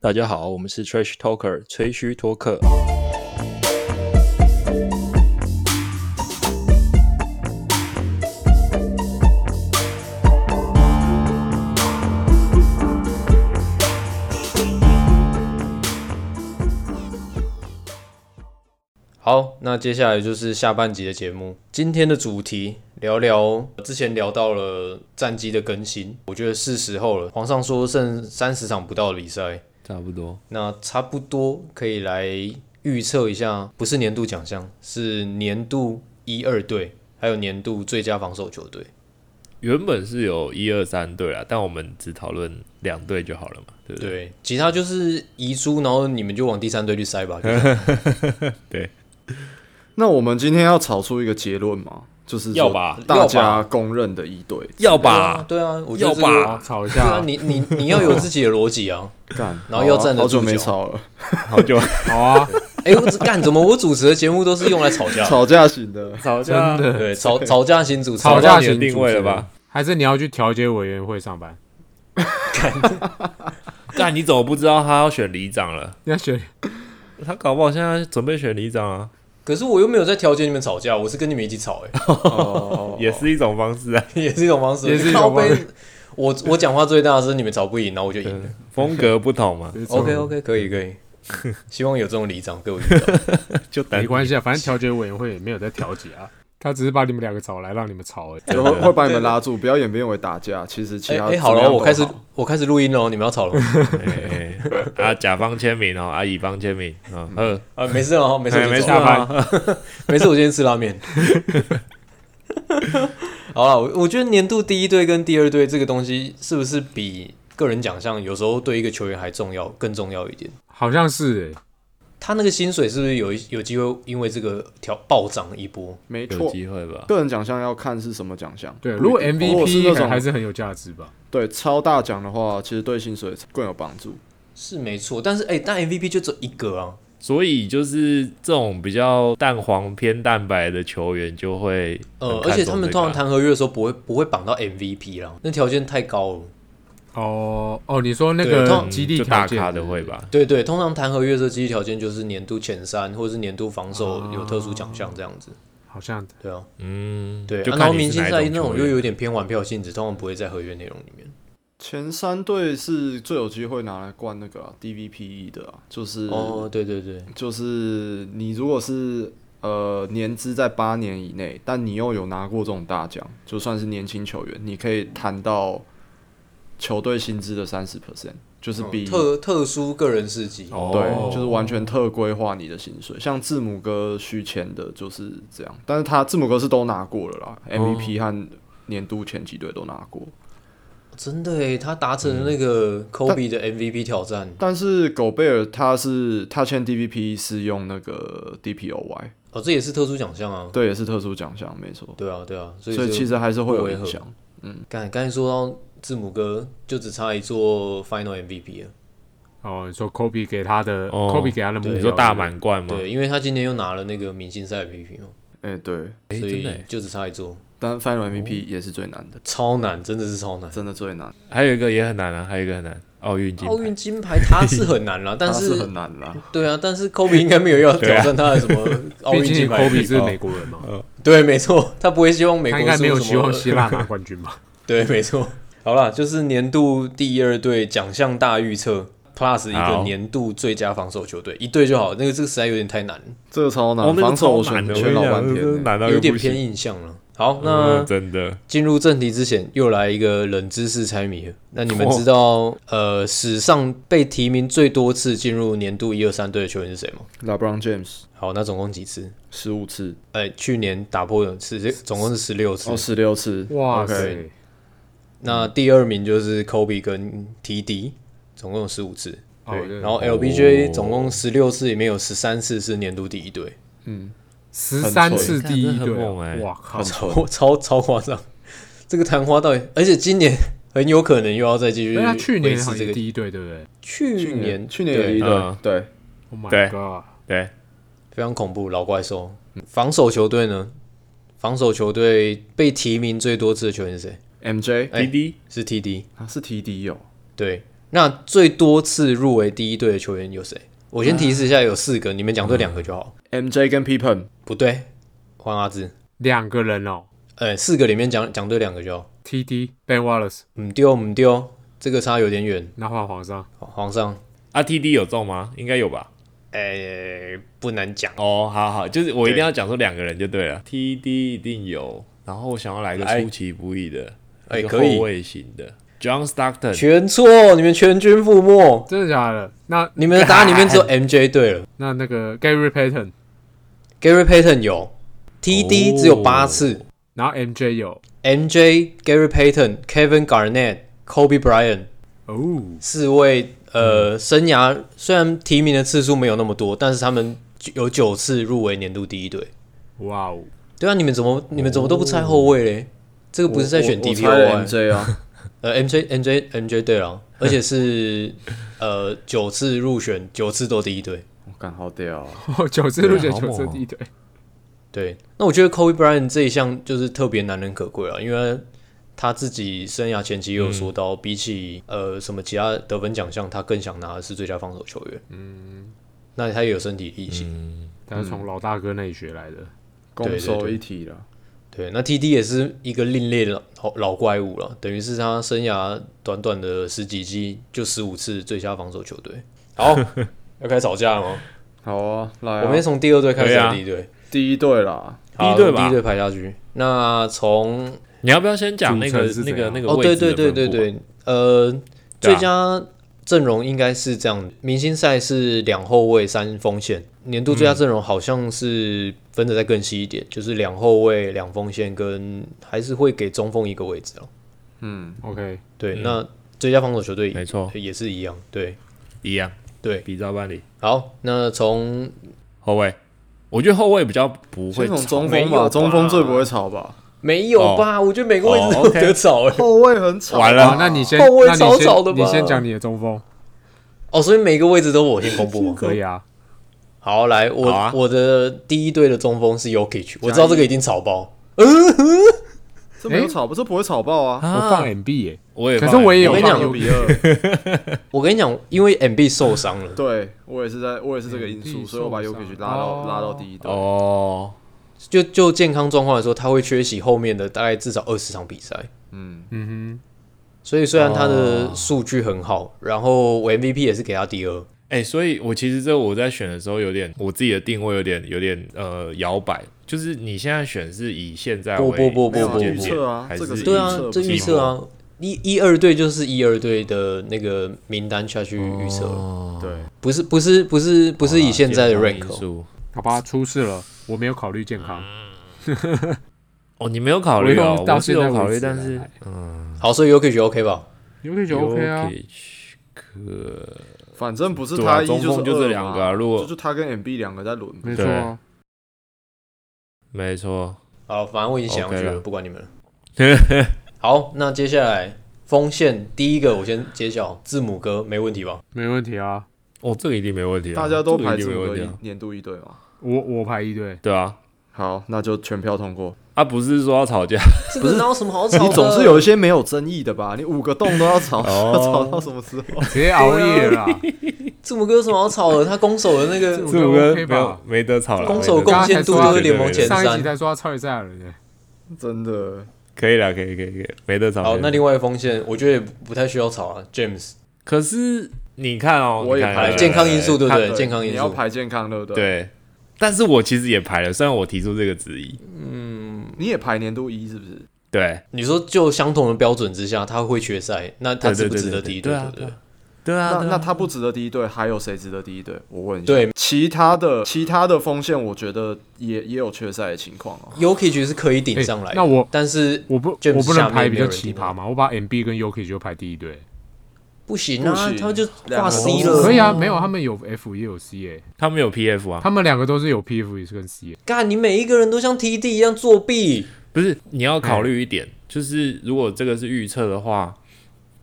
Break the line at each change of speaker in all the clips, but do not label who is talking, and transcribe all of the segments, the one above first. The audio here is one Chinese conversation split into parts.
大家好，我们是 Trash Talker 吹嘘托客。
好，那接下来就是下半集的节目。今天的主题聊聊之前聊到了战绩的更新，我觉得是时候了。皇上说剩三十场不到的比赛，
差不多。
那差不多可以来预测一下，不是年度奖项，是年度一二队，还有年度最佳防守球队。
原本是有一二三队啦，但我们只讨论两队就好了嘛，对不对？
对，其他就是遗珠，然后你们就往第三队去塞吧。就这样
对，
那我们今天要炒出一个结论吗？就是说
要吧
大家公认的一队
要
对啊？，对啊，我觉得这
要
个
吧
啊，吵一
对啊
下，，
你你你要有自己的逻辑啊。
干，
然后要站得
好久
住
没
脚
吵了，
好久
好 啊，
哎、我只干怎么？我主持的节目都是用来吵架，
吵架型的，
吵
真
架，
的，
对，吵吵架型主持，
吵架
到你的
型
定位了吧？
还是你要去调解委员会上班？
但你怎么不知道他要选里长了？
你要选
他搞不好现在准备选里长啊，
可是我又没有在调解你们吵架，我是跟你们一起吵、欸，
哦，
也是一种方式啊。
也是一种方式，
也是一种方式
靠背。 我我讲话最大声，你们吵不赢，然后我就赢了。
风格不同 嘛，
OK OK，可以可以，希望有这种里长各位里长
就等
没关系啊，反正调解委员会也没有在调解 啊，他只是把你们两个找来让你们吵而已。
就会会把你们拉住，不要演变为打架。其实其
哎
他
哎，好
怎么
了，
样都
我开始我开始录音喽，你们要吵了吗
哎哎啊，甲方签名哦，啊，乙方签名啊，呃，
啊？没事了，没事，
哎
我
没
先
事
走了
下班
啊，
没事，我先吃拉面。好了，我我觉得年度第一队跟第二队这个东西，是不是比个人奖项有时候对一个球员还重要，更重要一点？
好像是、欸，
他那个薪水是不是有一有机会因为这个调暴涨一波？
没
有
错。
机会吧？
个人奖项要看是什么奖项，
对，如果
如
哦
果是
MVP
那
还
种
还是很有价值吧。
对超大奖的话，其实对薪水更有帮助。
是没错，但是哎、但 MVP 就只有一个啊，
所以就是这种比较淡黄偏蛋白的球员就会很看重这个
呃，
啊，
而且他们通常谈合约的时候不会不会绑到 MVP 啦，那条件太高了。
哦哦，你说那
对通
个
常
激励
嗯就
条
大
件
咖的会？吧？
对对，通常谈合约的时候，积极条件就是年度前三或者是年度防守有特殊奖项这样子。
好像
对啊，
嗯，
对，
就
啊然后
看
明
你是
星
哪
赛
一
那种
球
又
员。
有点偏玩票性质，通常不会在合约内容里面。
前三队是最有机会拿来冠那个啊 DVPE 的啊，就是
哦，对对对，
就是你如果是呃年资在八年以内，但你又有拿过这种大奖，就算是年轻球员，你可以谈到球队薪资的三十 percent，就是比、
哦特特殊个人事迹。
哦
对，就是完全特规划你的薪水。像字母哥续签的就是这样，但是他字母哥是都拿过了啦、m v p 和年度前几队都拿过，
真的诶，他达
嗯
成了那个 Kobe 的 MVP 挑战。
但是狗贝尔他是他签 DVP 是用那个 DPOY，
哦，这也是特殊奖项啊。
对，也是特殊奖项，没错，
对啊，对啊，所以
所以
就
其实还是会有
不违
影
和
响。
刚刚才说到字母哥，就只差一座 Final MVP 了。
哦，你说 Kobe 给他的、
哦
Kobe 给他的目标，
你说大满贯
嗯
吗？
对，因为他今年又拿了那个明星赛 MVP 嘛，
哎、对，
哎，
所
真的
以
耶。
就只差一座，
但 Final
哦
MVP 也是最难的，
超难，真的是超难。
真的最难，
还有一个也很难啊，还有一个很难，奥运金牌
奥运金牌他是很难 啦，但
它
是
是很难啦。
对啊，但是 Kobe 应该没有要挑战他的什么 奥
啊毕
运金
竟
牌
Kobe 是
哦
美国人嘛，
对，没错，他不会希望美
他
国
应该没有
输什
希
么
望希腊拿冠 军吧？
对，没错。好啦，就是年度第二队奖项大预测 Plus 一个
好
年度最佳防守球队，一队就好。那个这个实在有点太难了，
这个超难，
哦，那个
防守
超
我
难的，我跟你
选选老半
讲，
天
真的
呢、
难到
有
又
点
不行
偏印象了。好，那
嗯，真的
进入正题之前，又来一个冷知识猜谜了。那你们知道、呃史上被提名最多次进入年度一二三队的球员是谁吗？
欸 LeBron James
好，那总共几次？
十五次，
哎、去年打破了是总共是十六次。
哦，十六次，
哇
OK
塞，
那第二名就是 Kobe 跟 TD，总共有十五次。
哦
对
对
然后 LBJ 总共十六次里面有十三次是年度第一队，
嗯，
十三
很
次第一
干这
队
很猛
啊，
欸
哇靠
很！蠢。
超超超夸张。这个昙花到底，而且今年很有可能又要再继续
对啊，去
维
年好
持
像
这
是
个。
第一队，对不对
去
去
年
年去年有
对
一队，
嗯
对，
？Oh
对
my god！
对，
非常恐怖，老怪兽。嗯防守球队呢？防守球队被提名最多次的球员是谁？
MJ
哎
D D
是 TD。
啊是 TD 哦，
对，那最多次入围第一队的球员有谁？我先提示一下，有四个，你们讲对两个就
嗯
好。
MJ 跟 Pippen
不对，换阿志。
两个人哦
呃，四个里面讲讲对两个就好。
，TD Ben Wallace，
唔丢唔丢，这个差有点远。
那换皇上，
皇上，
啊，TD 有中吗？应该有吧。
哎、不难讲。
哦，好好，就是我一定要讲说两个人就对了。TD 一定有，然后我想要来个
来
出其不意的，
哎
一个
可以
后卫型的 John Stockton。
全错，你们全军覆没。
真的假的？那
你们的答案里面只有 MJ 对了
那那个 Gary Payton，
，Gary Payton 有，TD
哦
只有八次、
然后 MJ 有
m j Gary Payton、Kevin Garnett、Kobe Bryant
哦，
四位呃、
嗯
生涯虽然提名的次数没有那么多，但是他们有九次入围年度第一队。
哇哦，
对啊，你们怎么你们怎么都不猜后卫嘞？这个不是在选
哦我
d 哦
我
p
猜
o
了 MJ 啊，
呃，MJ MJ MJ 对了，而且 是呃九次入选，九次都第一队。
我感好屌啊！
九次入选，
好
九
猛
次
哦
第一队，
对，那我觉得 Kobe Bryant 这一项就是特别难能可贵啊，因为他自己生涯前期也有说到，比起呃什么其他得分奖项，他更想拿的是最佳防守球员。嗯，那他也有身体力行。
嗯
他是从老大哥那里学来的。
攻
对对
守
对
一体了。
对，那 TD 也是一个另类的老老怪物了，等于是他生涯短短的十几季就十五次最佳防守球队。好， 要开始吵架了吗？
好啊，来
我们先
啊，
从第二队开
可
始
以啊
第一队，
第一队啦，
好
第一队
从第
吧
一队排下去。那从
你要不要先讲那个
组成是
那
怎
个
样
那个
哦，
位
对
置
对
的
对
分布啊
对对，呃，
对
最
啊
佳阵容应该是这样，明星赛是两后卫三锋线，年度最佳阵容好像是分的再更细一点，就是两后卫两锋线跟还是会给中锋一个位置哦。
嗯，
OK，
对，
嗯
那最佳防守球队
没错，
也是一样，对
一样，
对。
比照办理。
好，那从
后卫，我觉得后卫比较不会
先从
吵
中
没
锋
有吧
吧，中锋最不会吵吧？
没有
哦
吧？我觉得每个位置
哦
都
，OK
得找哎。
后卫很吵，
完
好，
了
那你先，
后卫
那你
超早的
先，你
吧
先讲你的中锋，
哦，所以每个位置都我先公布 吗？
可以啊。
好，来，我、
好啊
我的第一队的中锋是 Yokich，我知道这个已经草包，
这没有吵，不是不会吵爆啊。
我放 MB 耶，
我也
可
放
是我也有
我跟你讲
放
六
U
比二，
我跟你讲，因为 MB 受伤了，
对我也是在，我也是这个因
嗯
哎
素，
地
所以我把 u
受
k
伤
i 拉到
哦
拉到第一队。
哦，
就就健康状况来说，他会缺席后面的大概至少二十场比赛。
嗯，
嗯
所以虽然他的数据很好，然后我 MVP 也是给他第二，
哎、所以我其实这我在选的时候有点我自己的定位有点有点呃摇摆，就是你现在选是以现在
不
为
不不
没有啊
不不
时间
预
点
测啊
还
这个
是
是
对
预
啊
测，
这
不是
预测啊，一一二队就是一二队的那个名单下去预测了，
对，
不是不是不是不是以现在的 rank，
因
哦、
素
哼，好吧，出事了，我没有考虑健康，
哦，你没有考虑
我
哦，
用到
我是
现在
有
为
考虑，
止
但
来
是
来
好，所以 Yokich OK 吧？
你可以就 OK 啊。
Jokic 可
反正不是
对
他
啊，
一
中锋
是
就
二
这
嘛
两个啊，如
就
果
是他跟 MB 两个在轮。
没错啊，
没错，
好，反正我已经想上去
OK
了，
了
不管你们了。好，那接下来锋线第一个我先揭晓，字母哥没问题吧？
没问题啊。
哦，这个一定没问题啊，
大家都
这个
排
一定
除
没问
了
题
一
啊，
年度一队嘛。
我我排 一队，
对啊，
好，那就全票通过。
啊，不是说要吵架，
这个哪有什么好吵的？
哦
你总是有一些没有争议的吧？你五个洞都要 吵，要吵到什么时候？
直接熬夜了啦。
啊字母哥有什么好吵的？他攻守的那个
字我
这
觉得
五个
OK
没有
吧
没得吵了，
攻守
没得
贡
吵
献度都是联盟前
上一集
三。
才说他超级赛亚人耶，
真的，
可以了，可以可以可以，没得吵。
好，
没得
那
吵
另外一个锋线我觉得也不太需要吵啊，James。
可是你看哦，
我也
你看
排
来
了
健康因素对不对？
看
健康因
你要
素。
排健康，对不对？，
对，但是我其实也排了，虽然我提出这个质疑，
你也排年度一是不是？
对
你说就相同的标准之下，他会缺赛，那他
对
值
对
不
对
值得
对
第一
对
队？对
啊
不对
对？对啊，
那
对
那
啊
他不值得第一队，还有谁值得第一队？我问一下。
对
其他的其他的锋线，我觉得也也有缺赛的情况哦。
，Yokich 是可以顶上来的，
哎诶那我
但是
我不
，James
我不能排
下面
比
没有人
较奇
听到
葩嘛，我把 MB 跟 Yuki 就排第一队，
不行啊
不，行
他就
两
挂
个
C 了。
都是
可以啊，没有他们有 F 也有 C 诶，
他们有 PF 啊，
他们两个都是有 PF 也是跟 C 耶
干，你每一个人都像 TD 一样作弊。
不是你要考虑一点，就是如果这个是预测的话，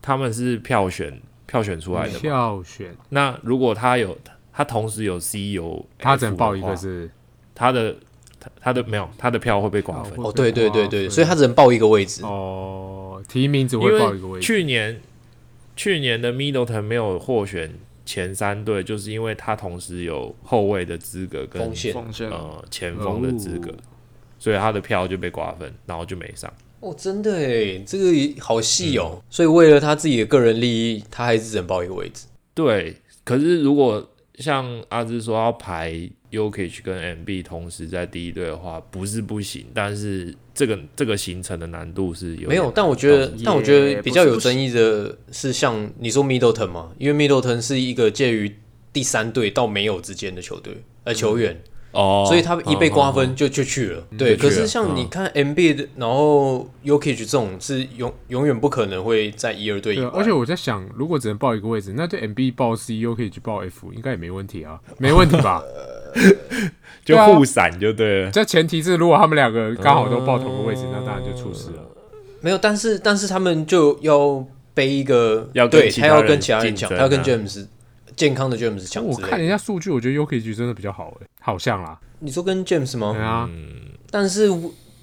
他们是票选票选出
啊
来的
嗯
嘛，
票选，
那如果他有他同时有 C 有 F
他只能报一
的
个
话
是
他的他他的没有他的票会被瓜分
哦，会
哦，对对对
被
对，
瓜分
所以他只能报一个位置。
哦，提名只
因
会报一个
为
位置，
去年去年的 Middleton 没有获选前三队，就是因为他同时有后卫的资格跟
锋线
锋线
啊
呃前锋的资
哦
格，所以他的票就被瓜分，然后就没上。
哦，真的诶，这个也好细哦。所以为了他自己的个人利益，他还是只能保一个位置。
对，可是如果像阿芝说要排 Yokich 跟 MB 同时在第一队的话，不是不行，但是这个这个行程的难度是有
没有，
点
但我觉得
也，
但我觉得比较有
不是不行
争议的是，像你说 Middleton 嘛，因为 Middleton 是一个介于第三队到没有之间的球队，呃，球员，
哦，
所以他一被
嗯，
瓜
嗯
分就就去了。对，
就去了嗯
可是像你看 MB 的，然后 Yokich 这种是永永远不可能会在一二队以
对啊
外，，
而且我在想，如果只能报一个位置，那对 MB 报 C，又可以去报 F，应该也没问题啊，没问题吧？
嗯就
对啊
互闪就对了。
这前提是，如果他们两个刚好都报同个位置，
嗯
那当然就出事了。
没有，但是但是他们就要背一个，
要跟
对
其
他
他
要
人
跟其他人
竞
抢，
争
他要跟
啊
James 健康的 James 抢
我
之
看
类
人
的。
家数据，我觉得 Yuki 真的比较好诶，好像啦，
你说跟 James 吗？
对啊，
嗯
但是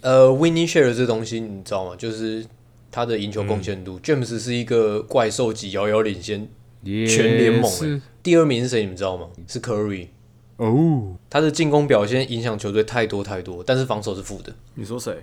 呃，winning share 这东西你知道吗？就是他的赢球贡献度、j a m e s 是一个怪兽级遥遥领先，
也
全联盟
是
欸
第二名是谁？你们知道吗？是 Curry。
哦，
他的进攻表现影响球队太多太多，但是防守是负的。
你说谁？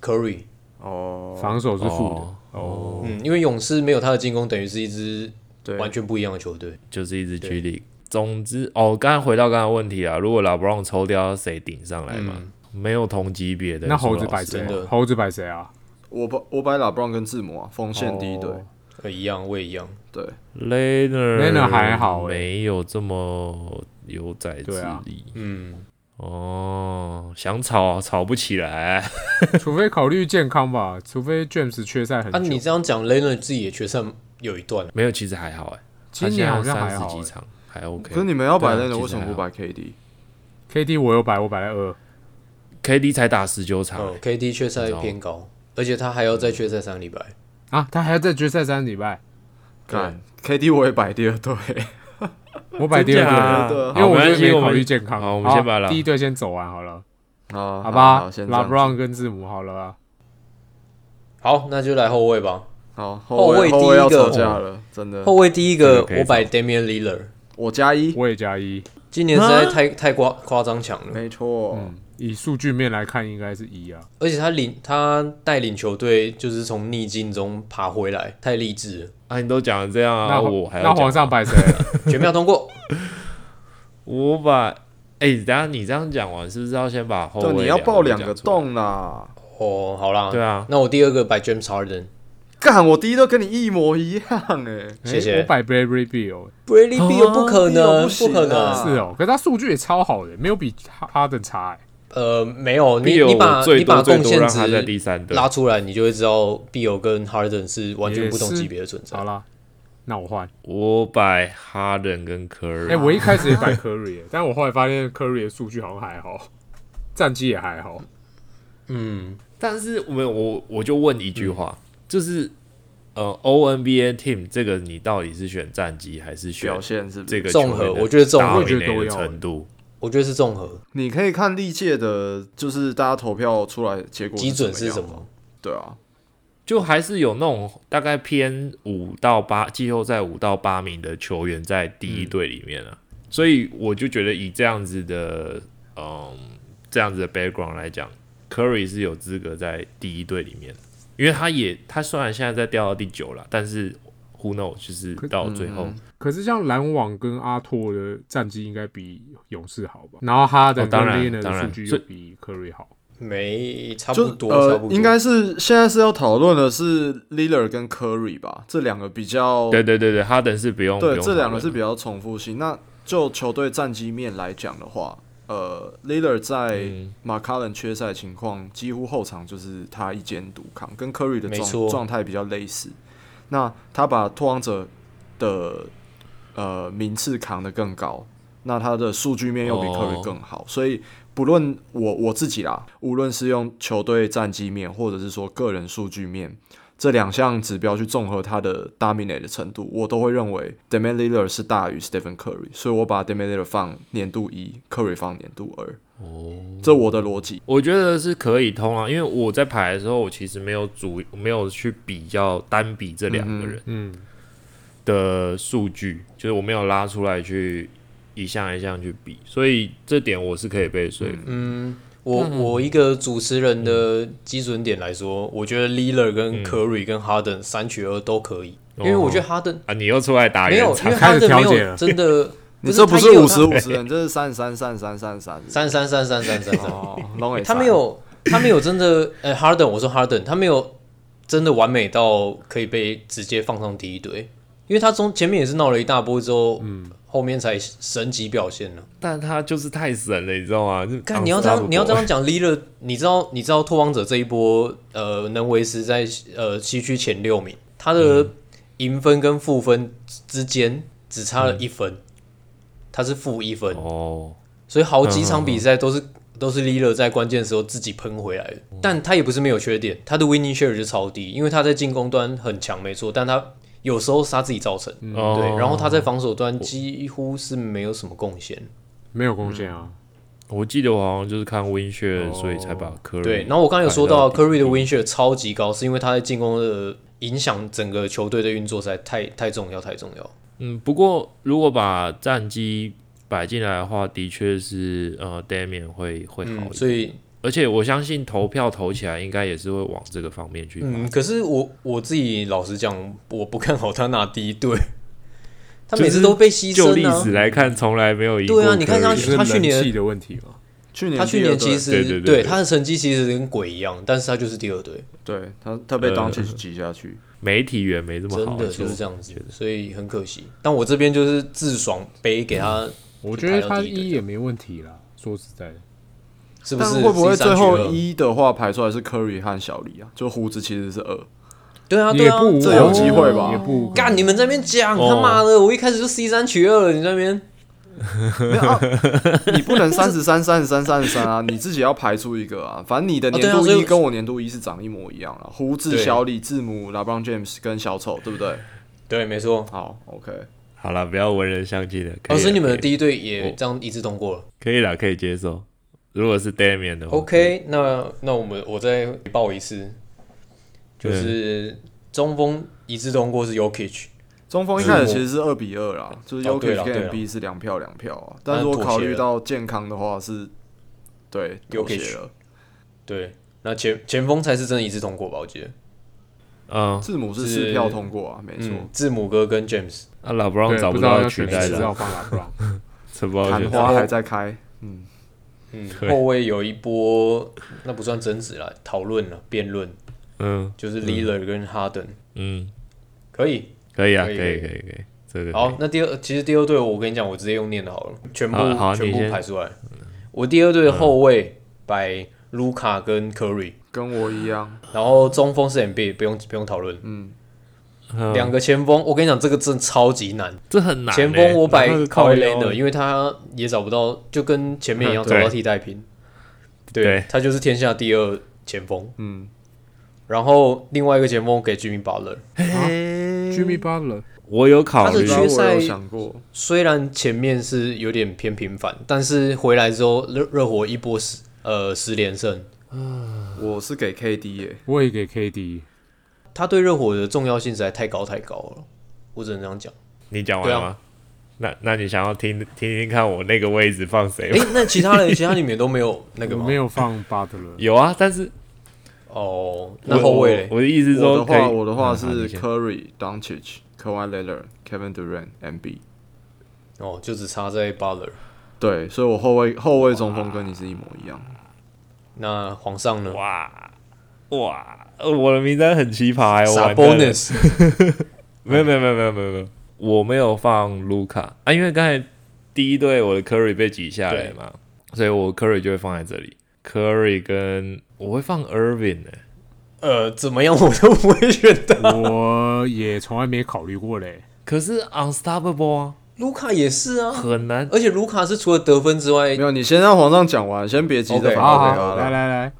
Curry，
哦，
防守是负的哦，
嗯，因为勇士没有他的进攻，等于是一支
对，
完全不一样的球队。
就是一支 G l 总之，哦，刚才回到刚才的问题啊，如果老布朗抽掉，谁顶上来嘛？没有同级别的，
嗯那猴子
说老
摆
实
谁
真的
啊？猴子摆谁啊？
我把我摆拉布朗跟字母啊，锋线第一队，
哦
呃，一样，我也一样。
对，
Leonard
Leonard 还好欸
没有这么有宰之
对啊
力。
嗯，
哦，想吵吵不起来，
除非考虑健康吧，除非 James 缺赛很
啊，你
久，
这样讲 l e n a r 自己也决赛有一段，
没有，其实还好哎、
今年好
他现
像
在
还
三十
好欸
几。场，还 OK
可是。你们要摆
对啊
l
其
e
实
为什
还
么不
好
摆 KD？
KD 我有摆，我摆在二，
KD 才打十九场、
哦
嗯，KD 决赛偏高，而且他还要再决赛三个礼拜。
啊，他还要在决赛三礼拜，
干 KD 我也摆第二队，
我摆第二
真
队
假
了，
啊
对啊
因为
好
我
没
觉
关
得
系
没
我
考
们
虑健康。
好我们先把
好
啦
第一队先走完好了，
啊，
好吧
好先这
拉
样
布
子。
朗跟字母好了啊，
好，那就来后卫吧。
好，
后
后卫
卫
后
第
卫
一
要
个
吵架了，真的
后。卫第一
这
个
个可以
我摆 Damian Lillard，
我加一，
我也加一。
今年实在太太夸夸张强了，
没错，
嗯，以数据面来看，应该是一啊。
而且他领他带领球队就是从逆境中爬回来，太励志了。
啊，你都讲了这样啊，
那
我还要
那
讲
皇 上摆谁？
全票通过，
我把哎、等一下你这样讲完，是不是要先把后
对，啊
卫
你要爆两
两
个
都讲出来？
洞啦！
哦，好啦，
对啊，
那我第二个摆 James Harden，
干，我第一队跟你一模一样哎，
谢谢
诶我摆 Bradley Beal，
Bradley Beal
啊
不可
Beal
能，
不
不
行啊
可能。
是哦，可是他数据也超好的，没有比哈哈登差哎。
呃，没有，你
Beal
你把
我最
你把
多最
贡
多
献
让他在
值
第三队，
拉出来，你就会知道 Beal 跟 Harden 是完全不同
也是
级别的存在
好。啦，那我换。
我摆哈登跟科啊瑞。
哎，我一开始也摆 Curry，诶但哎我后来发现 Curry 的数据好像还好，战绩也还好。
嗯，
但是我们我我就问一句话，就是呃，O N B A team 这个你到底是选战绩还是选
表现是不
这
是？
个
综合
球员的
我觉得综合
我觉得都
dominate 的
要
程度？
我觉得是综合
你可以看历届的，就是大家投票出来结果
基准是什
怎么样？
么？
对啊，
就还是有那种大概偏五到八季后赛五到八名的球员在第一队里面啊，
嗯
所以我就觉得以这样子的嗯这样子的 background 来讲，Curry 是有资格在第一队里面的，因为他也他虽然现在在掉到第九了，但是 who know 就是到最后、
嗯
可是像篮网跟阿拓的战绩应该比勇士好吧？然后哈登
哦
跟
当然
l e n a
当
的
然
数据
所
又
以
比 Curry 好。
没差
就
不多，差
呃
不，多
应该是现在是要讨论的是 Lillard 跟 Curry 吧，这两个比较
对对对对，哈登是不用不
嗯对，
用
这两个
讨论
是比较重复性。那就球队战绩面来讲的话，呃，Lillard 在
嗯
m c a l l u m 缺赛情况，几乎后场就是他一肩独扛，跟 Curry 的
没
状
错
状态比较类似。那他把拓荒者的呃名次扛得更高，那他的数据面又比
哦
Curry 更好，所以不论我我自己啦，无论是用球队战绩面，或者是说个人数据面。这两项指标去综合他的 dominate 的程度，我都会认为 d e m a n Lillard 是大于 Stephen Curry，所以我把 d e m a n Lillard 放年度一，Curry 放年度二。哦，这我的逻辑。
我觉得是可以通啊，因为我在排的时候，我其实没有主没有去比较单比这两个人，
嗯，
的数据，就是我没有拉出来去一项一项去比，所以这点我是可以被说服。
嗯，我我一个主持人的基准点来说，我觉得 l i l l a r 跟
嗯
Curry 跟 Harden 三取二都可以，因
哦
为我觉得 Harden
啊，你又出来打
没
圆
有，因
场
为，
开始
Harden 没
调解了
有真的，
你这不
不
是五十
他
五十人，这是三十三、三十三、三十三。
三三三三三 三三，
哦，龙
他没有他没有真的，呃，Harden 我说 Harden 他没有真的完美到可以被直接放上第一队，因为他从前面也是闹了一大波之后，嗯，后面才神级表现呢。
但他就是太神了，你知道吗？就
看你要这样，你要这，样讲 l i l a 你知道你知道拓荒者这一波，呃，能维持在呃西区前六名，他
嗯
的赢分跟负分之间只差了一分，他是负一分，
嗯哦，嗯
所以好几场比赛都是、都是 l i l a 在关键时候自己喷回来的。
嗯
但他也不是没有缺点，他的 winning share 就超低，因为他在进攻端很强没错，但他有时候是他自己造成，
哦
嗯对，然后他在防守端几乎是没有什么贡献。
没有贡献啊。
嗯我记得我好像就是看 Win 血，所以才把科瑞
哦对，然后我刚刚有说到
排第
Curry 的 win share 超级高，是因为他在进攻的影响整个球队的运作实在太太重要，太重要。
嗯，不过如果把战机摆进来的话，的确是呃 Damian 会会好一
嗯，
点，
所以
而且我相信投票投起来应该也是会往这个方面去。
嗯，可是我我自己老实讲，我不看好他拿第一队， 他每
就是
次都被牺
就
牲
历史
啊。
来看，从来没有赢过。
对啊你看他
就
他
是
他去年
人气的问题嘛，
去年
他去
第二
年
队
其实
对对对对
他的成绩其实跟鬼一样，但是他就是第二队，
对他他被
呃
d o n c i 挤下去，
媒体缘没这么
真
好，
的就是这样子，所以很可惜。但我这边就是自爽杯给他，
我觉得
排到
他
第一
一也没问题啦。说实在的，
是不
但
是？
会不会最后
一？
一的话排出来是 Curry 和小黎啊？就胡子其实是二，
对啊，对
也
啊，
不无
这有机会吧
也不无
干你们在那边讲，
哦
他妈的，我一开始就 C 三取二了，你在那边
没 有啊你不能三十三、三十三、三十三啊，你自己要排出一个啊。反正你的年
哦
度
对啊所以
一跟我年度一是长一模一样了，胡子、
对
小李、字母、LeBron James 跟小丑，对不对？
对，没错。
好，OK，
好了，不要文人相忌了。可以
哦，
啦
所以你们的
可以哦
第一队也这样一致通过了。
可以啦，可以接受。如果是 Damian 的话
OK，那那我们我再报一次，就是中锋一致通过是 Yokich，
中锋一开始其实是二比二啦，就是
哦对
UK
啦对
跟
啦
B 是两票两票啊。
当
但
然
是我
妥协
考虑
了
到健康的话是，对，妥
Jokic
协了。
对，那前前锋才是真的一致通过吧？我记得，
嗯，
字母是
是
四票通过啊，没错。
嗯，字母哥跟 James，
那老 b r o
对
啊找
不知道
到
要
取
选
代
谁，不
的
知道，放哪 不让。
找不到
昙
取代。
花还在开，嗯，
嗯，
对
后卫有一波，那不算争执啦，讨论了辩论，
嗯
就是 l i l l a r 跟 Harden，
嗯，
可以，
可以啊，可
可
以
以
可以可
可
以，这个可以
好，那第二其实第二队我跟你讲，我直接用念的好了，全部
好好
全
你
部
先嗯
排出来。我第二队的后卫摆卢卡跟 Curry，
跟我一样，
然后中锋是 MB，不用不用讨论。
嗯，
嗯
两个前锋，我跟你讲，这个真的超级难。
这很难欸。
前锋我摆
那个
k a
靠
w
腰啊
Leonard，因为他也找不到，就跟前面一样
嗯
找
对
不到替代品。
对
对，他就是天下第二前锋。
嗯，
然后另外一个前锋给 Jimmy Butler，
Jimmy Butler
我有考
他是
虑
缺
然后我有
赛
想过，
虽然前面是有点偏平凡，但是回来之后热热火一波十呃十连胜，
我是给 KD 耶、
我也给 KD，
他对热火的重要性实在太高太高了，我只能这样讲。
你讲完
对
了
啊
吗？那那你想要听听听看我那个位置放谁
诶，
吗？
那 其他人其他里面都没有那个
我
吗？
没有放 Butler，
有啊，但是
哦，
我
那后卫嘞
我我的意思是
我
说
的
可以，
话，我的话
嗯好
是
你先
Curry、Doncic、Kawhi Leonard、Kevin Durant、MB。
哦，就只差在 Butler。
对，所以我后卫、后卫、中锋跟你是一模一样。
那皇上呢？
哇哇，呃我的名单很奇葩哎，我
傻
完蛋了
bonus
没有没有没有没有没有没有，我没有放卢卡啊，因为刚才第一队我的 Curry 被挤下来嘛，所以我 Curry 就会放在这里。Curry 跟我会放欸 Irving 呢、
呃，怎么样我都不会选 的。
我也从来没考虑过 嘞。
可是 Unstoppable 啊，
卢卡也是啊，
很难。
而且卢卡是除了得分之外
没，有，你先让皇上讲完，先别急着
OK，
反驳
好好，
他
来
了。
来来，